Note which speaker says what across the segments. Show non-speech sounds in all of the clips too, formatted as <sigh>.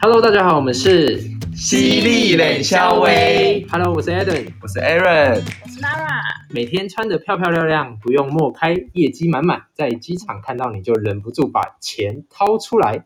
Speaker 1: Hello，大家好，我们是
Speaker 2: 犀利冷肖威。
Speaker 1: Hello，我是 Eden，
Speaker 2: 我是 Aaron，
Speaker 3: 我是 Lara，
Speaker 1: 每天穿得漂漂亮亮，不用抹开，业绩满满，在机场看到你就忍不住把钱掏出来。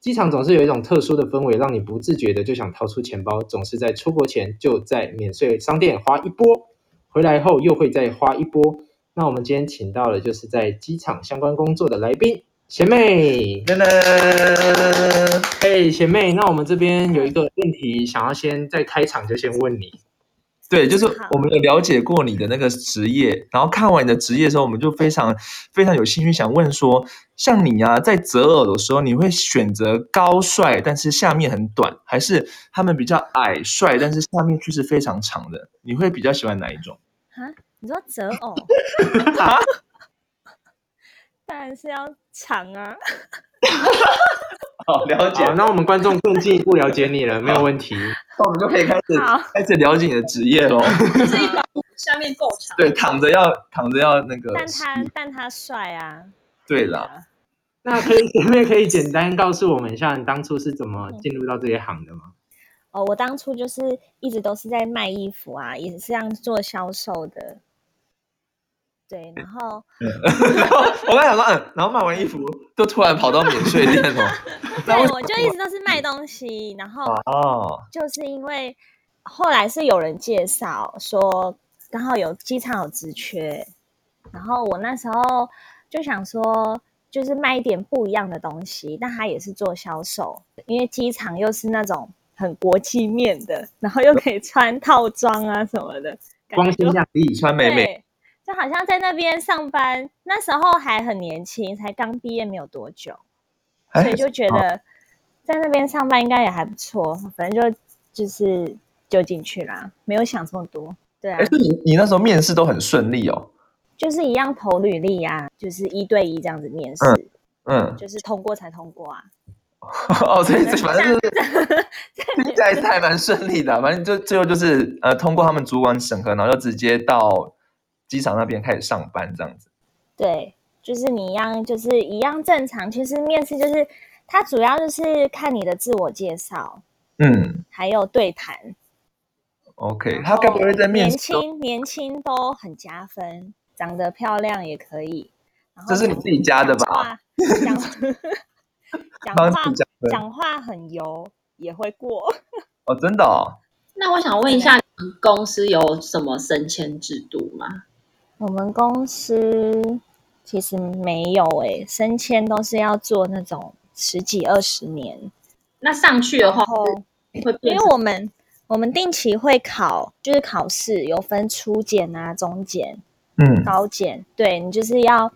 Speaker 1: 机场总是有一种特殊的氛围，让你不自觉的就想掏出钱包，总是在出国前就在免税商店花一波，回来后又会再花一波。那我们今天请到的就是在机场相关工作的来宾，贤妹。
Speaker 2: 噔噔，
Speaker 1: 哎，贤妹，那我们这边有一个问题，想要先在开场就先问你。
Speaker 2: 对，就是
Speaker 3: 好
Speaker 2: 我们有了解过你的那个职业，然后看完你的职业的时候，我们就非常非常有兴趣，想问说，像你啊，在择偶的时候，你会选择高帅但是下面很短，还是他们比较矮帅但是下面却是非常长的？你会比较喜欢哪一种？
Speaker 3: <laughs> 哈，你说择偶，当然是要长啊。
Speaker 2: 好，了
Speaker 1: 好，那我们观众更进一步了解你了，没有问题。
Speaker 2: 那我们就可以开始
Speaker 3: 好
Speaker 2: 开始了解你的职业
Speaker 3: <laughs>
Speaker 2: 喽。
Speaker 4: <laughs> 就是一般下面够长，
Speaker 2: 对，躺着要躺着要那个，
Speaker 3: 但他但他帅啊，
Speaker 2: 对啦，
Speaker 1: 那可以， <laughs> 贤妹可以简单告诉我们一下，你当初是怎么进入到这一行的吗？
Speaker 3: 哦，我当初就是一直都是在卖衣服啊，也是这样做销售的。对，然后
Speaker 2: 我刚想说，嗯，然后卖完衣服，就突然跑到免税店哦。
Speaker 3: 对我就一直都是卖东西，然后
Speaker 2: 哦，
Speaker 3: 就是因为后来是有人介绍说，刚好有机场有职缺，然后我那时候就想说，就是卖一点不一样的东西，但他也是做销售，因为机场又是那种很国际面的，然后又可以穿套装啊什么的，感觉
Speaker 1: 光
Speaker 3: 就
Speaker 1: 鲜亮丽，
Speaker 2: 穿美美，
Speaker 3: 对，就好像在那边上班，那时候还很年轻，才刚毕业没有多久，所
Speaker 2: 哎
Speaker 3: 以，就觉得在那边上班应该也还不错，反正就就是就进去啦，没有想这么多。对啊
Speaker 2: 哎，，所以你你那时候面试都很顺利哦。
Speaker 3: 就是一样投履历啊，就是一对一这样子面试，
Speaker 2: 嗯， <laughs>
Speaker 3: 就是通过才通过啊。
Speaker 2: 哦，所以这反正就
Speaker 3: <laughs>
Speaker 2: 是
Speaker 3: 这
Speaker 2: 听起来是还蛮顺利的啊，反正就最后就是呃，通过他们主管审核，然后就直接到机场那边开始上班这样子。
Speaker 3: 对，就是你一样，就是一样正常。其实面试就是它主要就是看你的自我介绍，
Speaker 2: 嗯
Speaker 3: 还有对谈。
Speaker 2: ，OK，他该不会在面
Speaker 3: 年
Speaker 2: 试的时候？
Speaker 3: 轻年轻都很加分，长得漂亮也可以。然后
Speaker 2: 这是你
Speaker 3: 讲
Speaker 2: 自己加的
Speaker 3: 讲
Speaker 2: 吧？
Speaker 3: 话？讲
Speaker 2: <laughs>
Speaker 3: 讲
Speaker 2: 帮
Speaker 3: 话
Speaker 2: 自己加分
Speaker 3: 讲话很油也会过。
Speaker 2: 哦，真的哦。
Speaker 4: 那我想问一下，你们公司有什么升迁制度吗？
Speaker 3: 我们公司其实没有诶、升迁都是要做那种十几二十年，
Speaker 4: 那上去的话
Speaker 3: 然后
Speaker 4: 会
Speaker 3: 因
Speaker 4: 变
Speaker 3: 为
Speaker 4: 成
Speaker 3: 我们我们定期会考，就是考试有分初检啊、中检、
Speaker 2: 嗯，
Speaker 3: 高检，对你就是要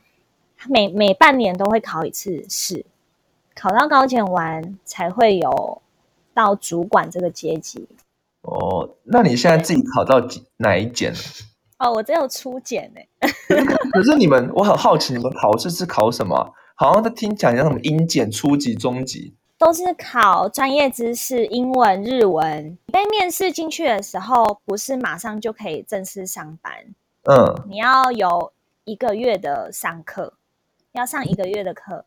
Speaker 3: 每每半年都会考一次试，考到高检完才会有到主管这个阶级。
Speaker 2: 哦，那你现在自己考到几哪一间了？啊
Speaker 3: 哦，我只有初检欸呢、
Speaker 2: <laughs> 可是你们，我很好奇，你们考试是考什么啊？好像在听讲像什么英检、初级、中级。
Speaker 3: 都是考专业知识，英文、日文。你被面试进去的时候，不是马上就可以正式上班，
Speaker 2: 嗯，
Speaker 3: 你要有一个月的上课，要上一个月的课，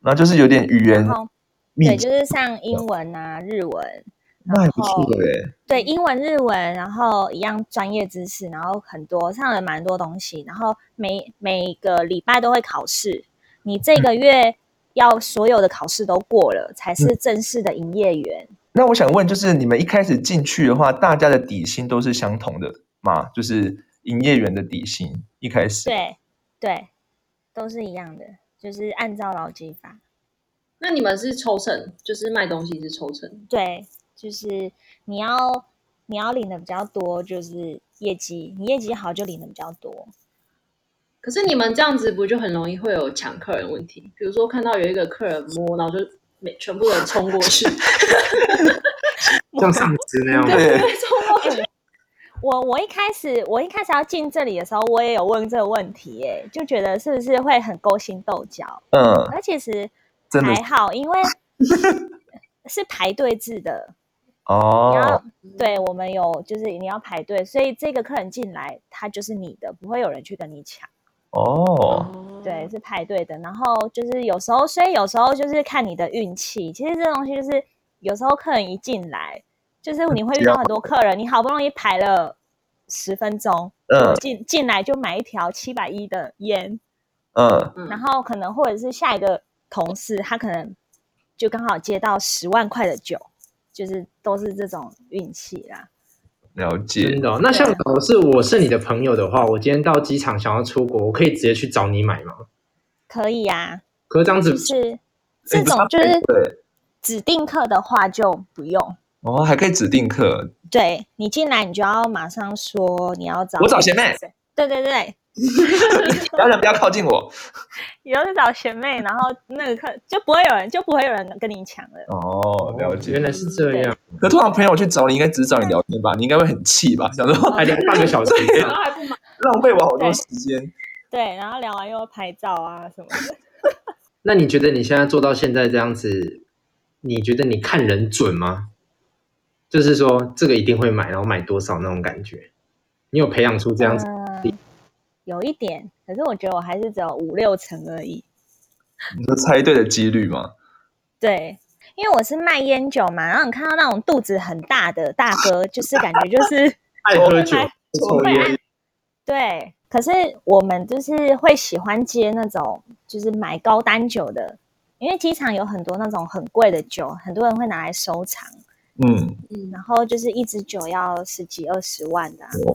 Speaker 2: 然后就是有点语言
Speaker 3: 然后
Speaker 2: 密
Speaker 3: 哦对，
Speaker 2: 集，
Speaker 3: 就是上英文啊、日文，
Speaker 2: 那还不错哎。
Speaker 3: 对，英文、日文，然后一样专业知识，然后很多上了蛮多东西，然后每每个礼拜都会考试，你这个月要所有的考试都过了，才是正式的营业员。
Speaker 2: 那我想问，就是你们一开始进去的话，大家的底薪都是相同的吗？就是营业员的底薪一开始。。
Speaker 3: 对对，都是一样的，就是按照劳基法。
Speaker 4: 那你们是抽成，就是卖东西是抽成，
Speaker 3: 对，就是你要你要领的比较多，就是业绩，你业绩好就领的比较多。
Speaker 4: 可是你们这样子不就很容易会有抢客人问题？比如说看到有一个客人摸，然后就每全部人冲过去，
Speaker 1: 像上司那样吗？
Speaker 2: 对，
Speaker 3: 我我一开始我一开始要进这里的时候，我也有问这个问题、欸，就觉得是不是会很勾心斗角？
Speaker 2: 嗯，
Speaker 3: 而其实
Speaker 2: 真的
Speaker 3: 还
Speaker 2: 是
Speaker 3: 好，因为是排队制的，你
Speaker 2: <laughs> 哦
Speaker 3: 要，对我们有就是你要排队，所以这个客人进来他就是你的，不会有人去跟你抢。
Speaker 2: 哦，
Speaker 3: 对，，是排队的。然后就是有时候，所以有时候就是看你的运气。其实这东西就是有时候客人一进来，就是你会遇到很多客人，你好不容易排了十分钟，
Speaker 2: 嗯
Speaker 3: 进进来就买一条七百一的烟，
Speaker 2: 嗯，
Speaker 4: 嗯
Speaker 3: 然后可能或者是下一个同事，他可能就刚好接到十万块的酒，就是都是这种运气啦。
Speaker 2: 了解
Speaker 1: 真。的哦、那像我是我是你的朋友的话，我今天到机场想要出国，我可以直接去找你买吗？
Speaker 3: 可以呀、
Speaker 1: 可是这样子
Speaker 3: 就，是
Speaker 2: 哎
Speaker 3: 这
Speaker 2: 不是
Speaker 3: 种
Speaker 2: 他
Speaker 3: 就是
Speaker 2: 对
Speaker 3: 指定课的话就不用。
Speaker 2: 哦，还可以指定课，
Speaker 3: 对你进来，你就要马上说你要找
Speaker 2: 我找学妹
Speaker 3: 谁。对对对，
Speaker 2: 家人不要靠近我。
Speaker 3: 你要去找学妹，然后那个课就不会有人，就不会有人跟你抢了。
Speaker 2: 哦，了
Speaker 1: 原
Speaker 2: 解。
Speaker 1: 来是这样，
Speaker 2: 可通常朋友去找你，应该只是找你聊天吧？你应该会很气吧？想说
Speaker 1: 还聊半个小时以
Speaker 4: 然
Speaker 1: 上，
Speaker 4: 后还不买，
Speaker 2: 浪费我好多时间。
Speaker 3: 对，然后聊完又要拍照啊什么的。
Speaker 1: 那你觉得你现在做到现在这样子，你觉得你看人准吗？就是说这个一定会买，然后买多少那种感觉，你有培养出这样子？
Speaker 3: 嗯有一点，可是我觉得我还是只有五六成而已。
Speaker 2: 你说猜对的几率吗？
Speaker 3: 对，因为我是卖烟酒嘛，然后你看到那种肚子很大的大哥，就是感觉就是
Speaker 1: 爱喝酒
Speaker 3: 会买、
Speaker 1: 抽烟，
Speaker 3: 对。可是我们就是会喜欢接那种就是买高单酒的，因为机场有很多那种很贵的酒，很多人会拿来收藏，
Speaker 2: 嗯，
Speaker 4: 嗯，
Speaker 3: 然后就是一支酒要十几二十万的啊、
Speaker 1: 哦，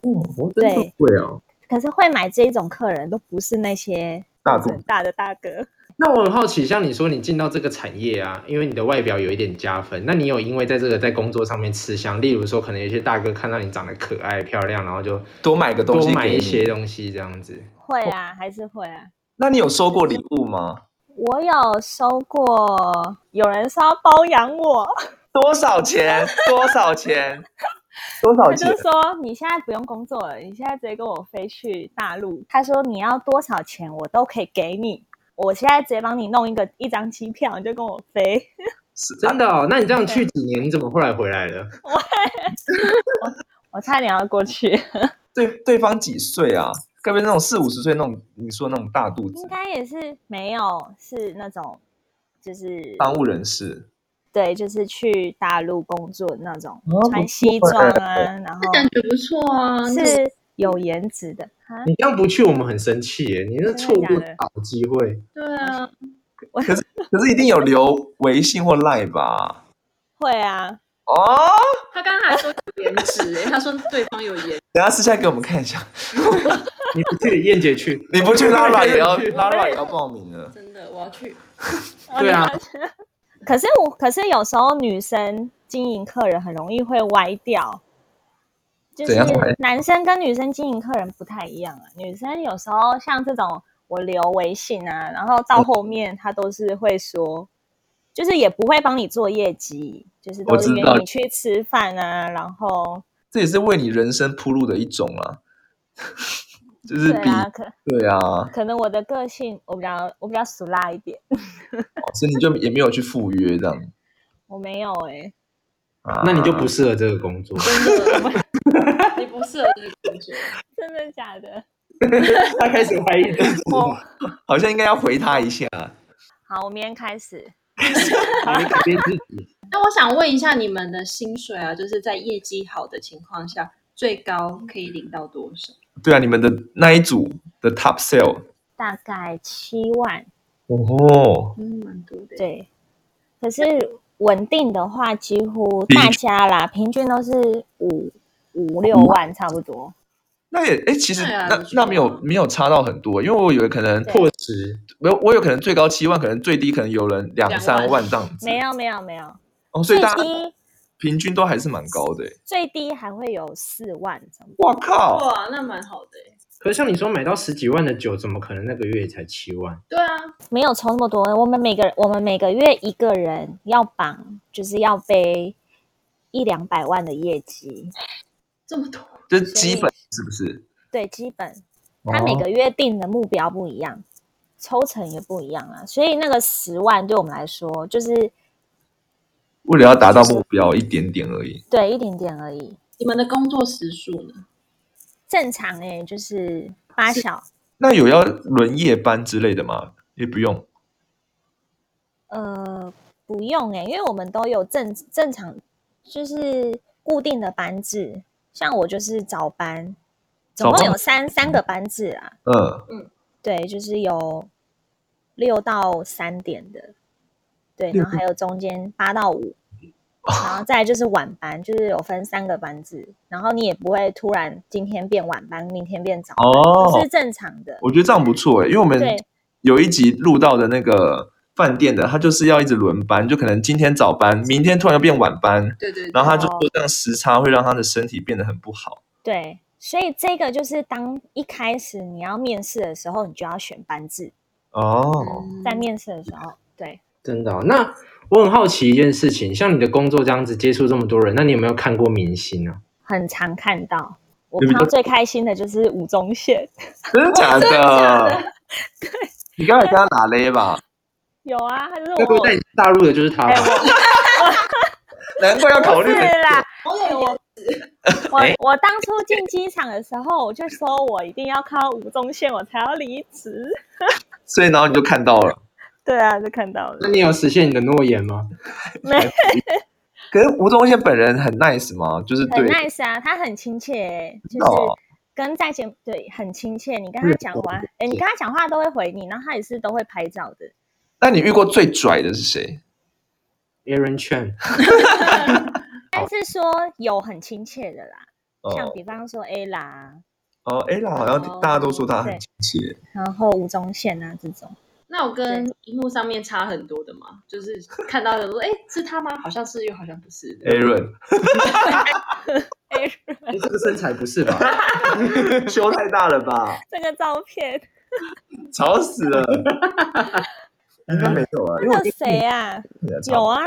Speaker 1: 真的
Speaker 3: 对
Speaker 1: 会哦。
Speaker 3: 可是会买这种客人都不是那些
Speaker 2: 大
Speaker 3: 很
Speaker 2: 众
Speaker 3: 大的大哥，
Speaker 1: 那我很好奇，像你说你进到这个产业啊，因为你的外表有一点加分，那你有因为在这个在工作上面吃香，例如说可能有些大哥看到你长得可爱漂亮，然后就
Speaker 2: 多买个东
Speaker 1: 多
Speaker 2: 西
Speaker 1: 买
Speaker 2: 给
Speaker 1: 一些
Speaker 2: 你。
Speaker 1: 东西这样子。
Speaker 3: 会啊，还是会啊。
Speaker 2: 那你有收过礼物吗？
Speaker 3: 我有收过，有人说要包养我，
Speaker 2: 多少钱？多少钱？多少
Speaker 3: 他
Speaker 2: 钱
Speaker 3: 就？说你现在不用工作了，你现在直接跟我飞去大陆。他说你要多少钱我都可以给你，我现在直接帮你弄一个一张机票，你就跟我飞。
Speaker 2: 是
Speaker 1: 真的哦？那你这样去几年，你怎么后来回来了？
Speaker 3: 我差点要过去， <laughs>
Speaker 2: 对对方几岁啊？该不会那种四五十岁那种你说的那种大肚
Speaker 3: 应
Speaker 2: 子
Speaker 3: 该也是没有，是那种就是
Speaker 2: 商务人士？
Speaker 3: 对，就是去大陆工作的那种，
Speaker 2: 哦不
Speaker 3: 穿
Speaker 2: 错
Speaker 3: 西装啊，
Speaker 2: 哎
Speaker 3: 然
Speaker 4: 这感
Speaker 3: 后
Speaker 4: 觉不错啊，
Speaker 3: 是有颜值的啊。
Speaker 1: 你这样不去，我们很生气耶！你是错过
Speaker 3: 真的假的
Speaker 1: 好机会。
Speaker 4: 对啊，
Speaker 2: 可是一定有留微信或赖吧？
Speaker 3: 会啊，
Speaker 2: 哦，
Speaker 4: 他刚刚还说有颜值、欸， <laughs> 他说对方有颜值，
Speaker 2: 等一下私下给我们看一下。
Speaker 1: 你不去，燕姐去。
Speaker 2: <laughs> 你不去拉拉也要
Speaker 1: 我也
Speaker 2: 拉拉也要报名了。
Speaker 4: 真的，我要去。
Speaker 1: 对啊。
Speaker 3: <laughs> 可是我，可是有时候女生经营客人很容易会歪掉，就
Speaker 2: 怎
Speaker 3: 是
Speaker 2: 样歪
Speaker 3: 男生跟女生经营客人不太一样啊。女生有时候像这种，我留微信啊，然后到后面她都是会说，就是也不会帮你做业绩，就是
Speaker 2: 我
Speaker 3: 都是
Speaker 2: 知
Speaker 3: 约
Speaker 2: 道
Speaker 3: 你去吃饭啊，然后
Speaker 2: 这也是为你人生铺路的一种啦， <laughs> 就是
Speaker 3: 对
Speaker 2: 比
Speaker 3: 啊，可
Speaker 2: 对啊，
Speaker 3: 可能我的个性我比较我比较俗辣一点，
Speaker 2: 所以你就也没有去赴约这样，
Speaker 3: 我没有哎、
Speaker 2: 啊
Speaker 1: 那你就不适合这个工作。
Speaker 4: 真的，你不适合这个工作。
Speaker 3: 真的假的？
Speaker 2: <laughs>
Speaker 1: 他开始怀疑自己，
Speaker 3: 哦，
Speaker 2: 好像应该要回他一下，
Speaker 3: 好，我明天开始。
Speaker 1: 好 <laughs> 你改变自己。
Speaker 4: 那我想问一下，你们的薪水啊，就是在业绩好的情况下，最高可以领到多少？
Speaker 2: 对啊，你们的那一组的 top sale
Speaker 3: 大概七万，
Speaker 2: 哦，
Speaker 4: 嗯，蛮多的。，
Speaker 3: 对。可是稳定的话，几乎
Speaker 2: 平
Speaker 3: 大家啦，平均都是五五六万差不多。
Speaker 2: 那也哎，其实
Speaker 4: 对啊
Speaker 2: 那
Speaker 4: 不错啊
Speaker 2: 那没有没有差到很多，因为我以为可能
Speaker 3: 对
Speaker 1: 破十，
Speaker 2: 没有，我有可能最高七万，可能最低可能有人两
Speaker 4: 两
Speaker 2: 三
Speaker 4: 万
Speaker 2: 万这样子，
Speaker 3: 没有没有没有，
Speaker 2: 哦，所
Speaker 3: 最
Speaker 2: 以大家
Speaker 3: 低
Speaker 2: 平均都还是蛮高的。
Speaker 3: 最低还会有四万差不多。
Speaker 2: 我靠，
Speaker 4: 哇，那蛮好的欸。
Speaker 1: 可是像你说买到十几万的酒，怎么可能那个月也才七万？
Speaker 4: 对啊，
Speaker 3: 没有抽那么多，我们每个我们每个月一个人要绑，就是要背一两百万的业绩，
Speaker 4: 这么多，
Speaker 2: 这是基本是不是？
Speaker 3: <laughs>
Speaker 2: 哦
Speaker 3: 对，基本他每个月定的目标不一样，抽成也不一样啊，所以那个十万对我们来说就是
Speaker 2: 为了要达到目标一点点而已。
Speaker 3: 对一点点而已。
Speaker 4: 你们的工作时数呢？
Speaker 3: 正常哎、就是八小，
Speaker 2: 那有要轮夜班之类的吗？也不用
Speaker 3: 呃，不用哎、因为我们都有正正常就是固定的班制，像我就是早班，总
Speaker 2: 早
Speaker 3: 共
Speaker 2: 班
Speaker 3: 有三三个班制啊，
Speaker 2: 嗯，
Speaker 3: 对，就是有六到三点的，对，
Speaker 2: 六
Speaker 3: 然后还有中间八到 <laughs> 五，然后再来就是晚班，就是有分三个班制，然后你也不会突然今天变晚班，明天变早班，这
Speaker 2: 哦
Speaker 3: 是，正常的。
Speaker 2: 我觉得这样不错欸诶，因为我们
Speaker 3: 对
Speaker 2: 有一集录到的那个饭店的，他就是要一直轮班，就可能今天早班，明天突然又变晚班，
Speaker 4: 对对对
Speaker 2: 然后他就说这样时差会让他的身体变得很不好。
Speaker 3: 对，所以这个就是当一开始你要面试的时候，你就要选班制。
Speaker 4: 嗯
Speaker 2: 哦，
Speaker 3: 在面试的时候，对，
Speaker 1: 真的哦、那我很好奇一件事情，像你的工作这样子接触这么多人，那你有没有看过明星啊？
Speaker 3: 很常看到。我
Speaker 2: 对
Speaker 3: 看
Speaker 2: 比较
Speaker 3: 到最开心的就是吴宗宪， <laughs>
Speaker 2: 真的假
Speaker 3: 的
Speaker 2: 的？你刚才跟他打勒吧？
Speaker 3: 有啊，他就是
Speaker 1: 那个
Speaker 3: 我，
Speaker 1: 带你去大陆的就是他吧， <laughs>
Speaker 2: 难怪要考
Speaker 3: 不
Speaker 2: 虑
Speaker 3: 是
Speaker 2: 很久。
Speaker 3: 啦，
Speaker 4: 我有我
Speaker 3: 我
Speaker 2: 哎
Speaker 3: 我当初进机场的时候，我就说我一定要靠吴宗宪我才要离职。
Speaker 2: 所以然后你就看到了。
Speaker 3: 对啊，就看到
Speaker 1: 那
Speaker 3: 了，
Speaker 1: 你有实现你的诺言吗？
Speaker 3: 没
Speaker 2: 可是吴宗宪本人很 nice 吗？就是
Speaker 3: 很
Speaker 2: 对，
Speaker 3: nice 啊，他很亲切、欸
Speaker 2: 真
Speaker 3: 就
Speaker 2: 的哦啊
Speaker 3: 是跟在节目对很亲切。你跟他
Speaker 1: 嗯
Speaker 3: 讲
Speaker 1: 我
Speaker 3: 话
Speaker 1: 理，
Speaker 3: 哎，你
Speaker 1: 解
Speaker 3: 跟他讲话都会回你，然后他也是都会拍照的。
Speaker 2: 那你遇过最拽的是谁？
Speaker 1: Aaron Chen，
Speaker 3: 但是说有很亲切的啦，像
Speaker 2: 哦
Speaker 3: 比方说啊 A 啦，
Speaker 2: 哦，艾拉好像大家都说他很亲切，
Speaker 3: 然后吴宗宪啊这种，
Speaker 4: 那我跟荧幕上面差很多的嘛，就是看到的说，哎，是他吗？好像是，又好像不是。
Speaker 2: Aaron
Speaker 3: <laughs>
Speaker 2: <laughs>
Speaker 3: 哎，
Speaker 1: 你这个身材不是吧？
Speaker 2: 修太大了吧，
Speaker 3: 这个照片，
Speaker 2: 吵死
Speaker 3: <laughs>
Speaker 2: 了。应该没有啊，因为
Speaker 3: 那
Speaker 2: 我
Speaker 3: 个谁啊？
Speaker 2: 跟
Speaker 3: 有啊，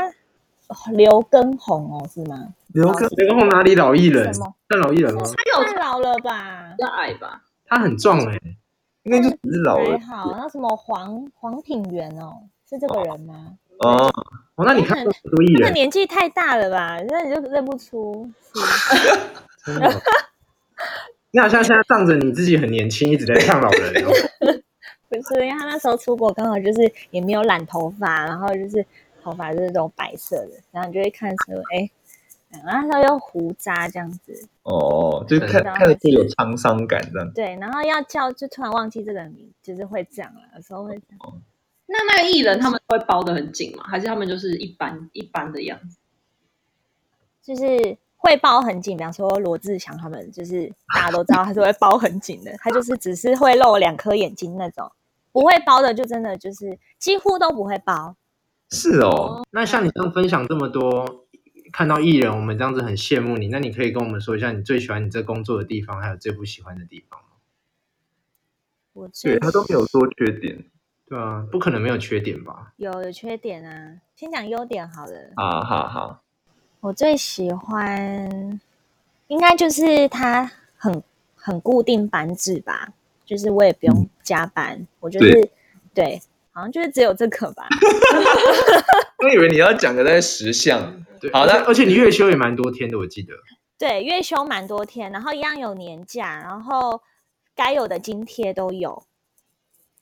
Speaker 3: 哦刘畊宏哦，是吗？
Speaker 2: 刘哥
Speaker 1: 刘畊宏哪里老艺人
Speaker 3: 什么？
Speaker 1: 算老艺人吗？
Speaker 4: 他有
Speaker 3: 太老了吧？
Speaker 4: 比较矮吧？
Speaker 1: 他很壮哎、
Speaker 2: 应该就只是老
Speaker 3: 还
Speaker 2: 了
Speaker 3: 好，那什么黄黄品源哦，是这个人吗？
Speaker 2: 哦。
Speaker 1: 哦，那你看过很多艺
Speaker 3: 那个
Speaker 1: 人，
Speaker 3: 年纪太大了吧，那你就认不出。是
Speaker 1: 真的。你好像现在仗着你自己很年轻，一直在呛老人 <laughs> 哦。
Speaker 3: 不是，因为他那时候出国刚好就是也没有染头发，然后就是头发就是那种白色的，然后你就会看出哎，然后那时候又胡渣这样子，
Speaker 2: 哦，就看
Speaker 3: 真的
Speaker 2: 看得出有沧桑感这样。
Speaker 3: 对，然后要叫就突然忘记这个名，就是会这样了，有时候会这样。
Speaker 4: 那那个艺人他们会包的很紧吗？还是他们就是一般一般的样子？
Speaker 3: 就是会包很紧，比方说罗志祥他们，就是大家都知道他是会包很紧的，他就是只是会露两颗眼睛那种，不会包的就真的就是几乎都不会包。
Speaker 2: 是哦，
Speaker 1: 那像你这样分享这么多，看到艺人，我们这样子很羡慕你。那你可以跟我们说一下你最喜欢你这工作的地方，还有最不喜欢的地方吗？
Speaker 3: 我最
Speaker 2: 对他都没有说缺点
Speaker 1: 对啊，不可能没有缺点吧？
Speaker 3: 有有缺点啊，先讲优点好了。
Speaker 2: 啊，哈哈。
Speaker 3: 我最喜欢应该就是它很很固定班制吧，就是我也不
Speaker 1: 嗯
Speaker 3: 用加班，我就是
Speaker 2: 对
Speaker 3: 对，好像就是只有这个吧。
Speaker 2: 我以为你要讲个在十项，
Speaker 1: 对，
Speaker 2: 好
Speaker 1: 而且
Speaker 2: 那
Speaker 1: 而且你月休也蛮多天的，我记得。
Speaker 3: 对，月休蛮多天，然后一样有年假，然后该有的津贴都有，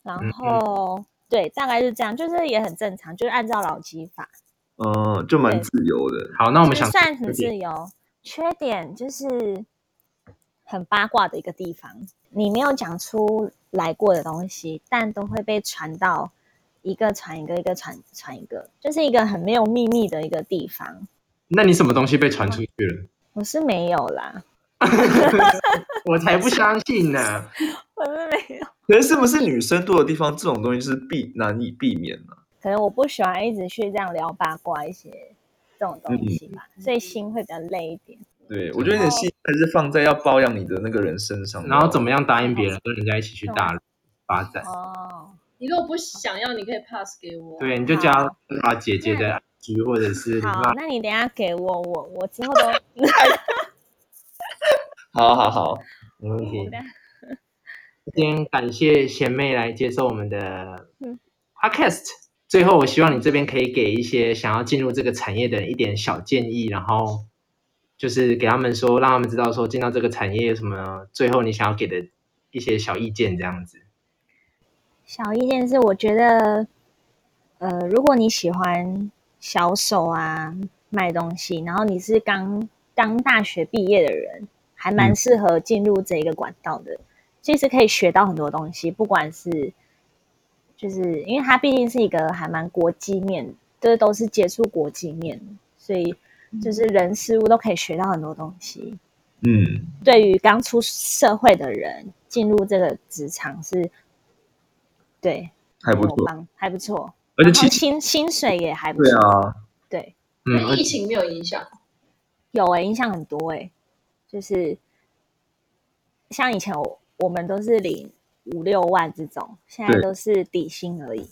Speaker 1: 嗯嗯
Speaker 3: 然后、对，大概是这样，就是也很正常，就是按照劳基法，
Speaker 2: 嗯，就蛮自由的。
Speaker 1: 好，那我
Speaker 3: 我
Speaker 1: 们想
Speaker 3: 算很
Speaker 1: 缺
Speaker 3: 自
Speaker 1: 点
Speaker 3: 由。缺点就是很八卦的一个地方，你没有讲出来过的东西，但都会被传到一个传一个，一个传传一个，就是一个很没有秘密的一个地方。
Speaker 1: 那你什么东西被传出去了？
Speaker 3: 我是没有啦，
Speaker 1: <laughs> 我才不相信呢、
Speaker 3: 我是没有。
Speaker 2: 可是是不是女生多的地方，这种东西是避难以避免啊的、
Speaker 3: 可能我不喜欢一直去这样聊八卦一些这种
Speaker 1: 嗯
Speaker 3: 东西吧，所以心会比较累一点。
Speaker 2: 对，我觉得你的心还是放在要包养你的那个人身
Speaker 1: <laughs>
Speaker 2: 上。
Speaker 1: 然后怎么样答应别人跟人家一起去大陆发展？
Speaker 3: 哦，
Speaker 4: 你如果不想要，你可以 pass 给我。啊
Speaker 1: 对，你就加把姐姐的 IG 或者是你
Speaker 3: 好
Speaker 1: 妈，，
Speaker 3: 那你等一下给我，我我之后
Speaker 1: <laughs>
Speaker 3: 都
Speaker 2: 好好好，
Speaker 1: 没问题
Speaker 3: 我的。
Speaker 1: 今天感谢贤妹来接受我们的
Speaker 3: 嗯
Speaker 1: podcast。最后，我希望你这边可以给一些想要进入这个产业的人一点小建议，然后就是给他们说，让他们知道说进到这个产业有什么，最后你想要给的一些小意见这样子。
Speaker 3: 小意见是，我觉得，呃，如果你喜欢销售啊，卖东西，然后你是刚刚大学毕业的人，还蛮
Speaker 2: 嗯
Speaker 3: 适合进入这一个管道的。其实可以学到很多东西，不管是就是因为它毕竟是一个还蛮国际面，这都是接触国际面，所以就是人事物都可以学到很多东西。
Speaker 2: 嗯，
Speaker 3: 对于刚出社会的人进入这个职场是，对，
Speaker 2: 还不
Speaker 3: 很有
Speaker 2: 错。
Speaker 3: 帮，还不错，
Speaker 2: 而且
Speaker 3: 哦然后
Speaker 2: 其实
Speaker 3: 薪薪水也还不
Speaker 2: 对
Speaker 3: 错，
Speaker 2: 啊，
Speaker 3: 对，
Speaker 1: 嗯，
Speaker 4: 那
Speaker 1: 而
Speaker 4: 疫情没有影响，
Speaker 3: 有诶、影响很多诶、就是像以前我我们都是领五六万这种，现在
Speaker 2: 对
Speaker 3: 都是底薪而已，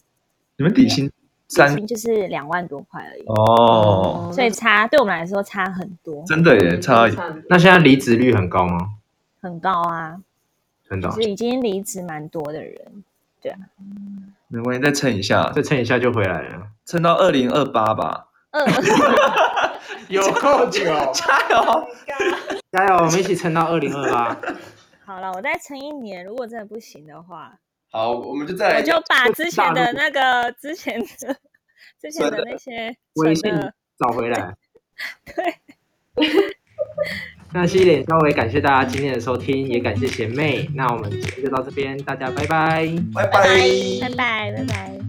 Speaker 2: 你们底
Speaker 3: 啊
Speaker 2: 薪
Speaker 3: 底
Speaker 2: 三
Speaker 3: 薪就是两万多块而已，
Speaker 4: 어,
Speaker 2: 哦，
Speaker 3: 所以差对我们来说差很多，
Speaker 2: 真的
Speaker 4: 네,
Speaker 2: 耶，差
Speaker 1: 那现在离职率很高吗？
Speaker 3: 很高啊，
Speaker 1: 真的
Speaker 3: 就
Speaker 1: 哦、
Speaker 3: 是已经离职蛮多的人，
Speaker 2: 没关系，再撑一下，
Speaker 1: 再撑一下就回来了，
Speaker 2: 撑到二零二八吧，
Speaker 3: 嗯，
Speaker 1: 有够久，
Speaker 2: 加油！
Speaker 1: <laughs> 加油，我们一起撑到二零二八。
Speaker 3: 好了，我再撑一年，如果真的不行的话。
Speaker 2: 好，我们就再来
Speaker 3: 我就把之前
Speaker 1: 大
Speaker 3: 的
Speaker 1: 陆
Speaker 3: 那个之前的之前的那些
Speaker 1: 微信
Speaker 3: 存的
Speaker 1: 找回来。
Speaker 3: 对，
Speaker 1: 那西点稍微感谢大家今天的收听，也感谢贤妹。那我们今天就到这边，大家拜拜。
Speaker 2: 拜拜
Speaker 4: 拜
Speaker 3: 拜
Speaker 4: 拜
Speaker 3: 拜拜拜。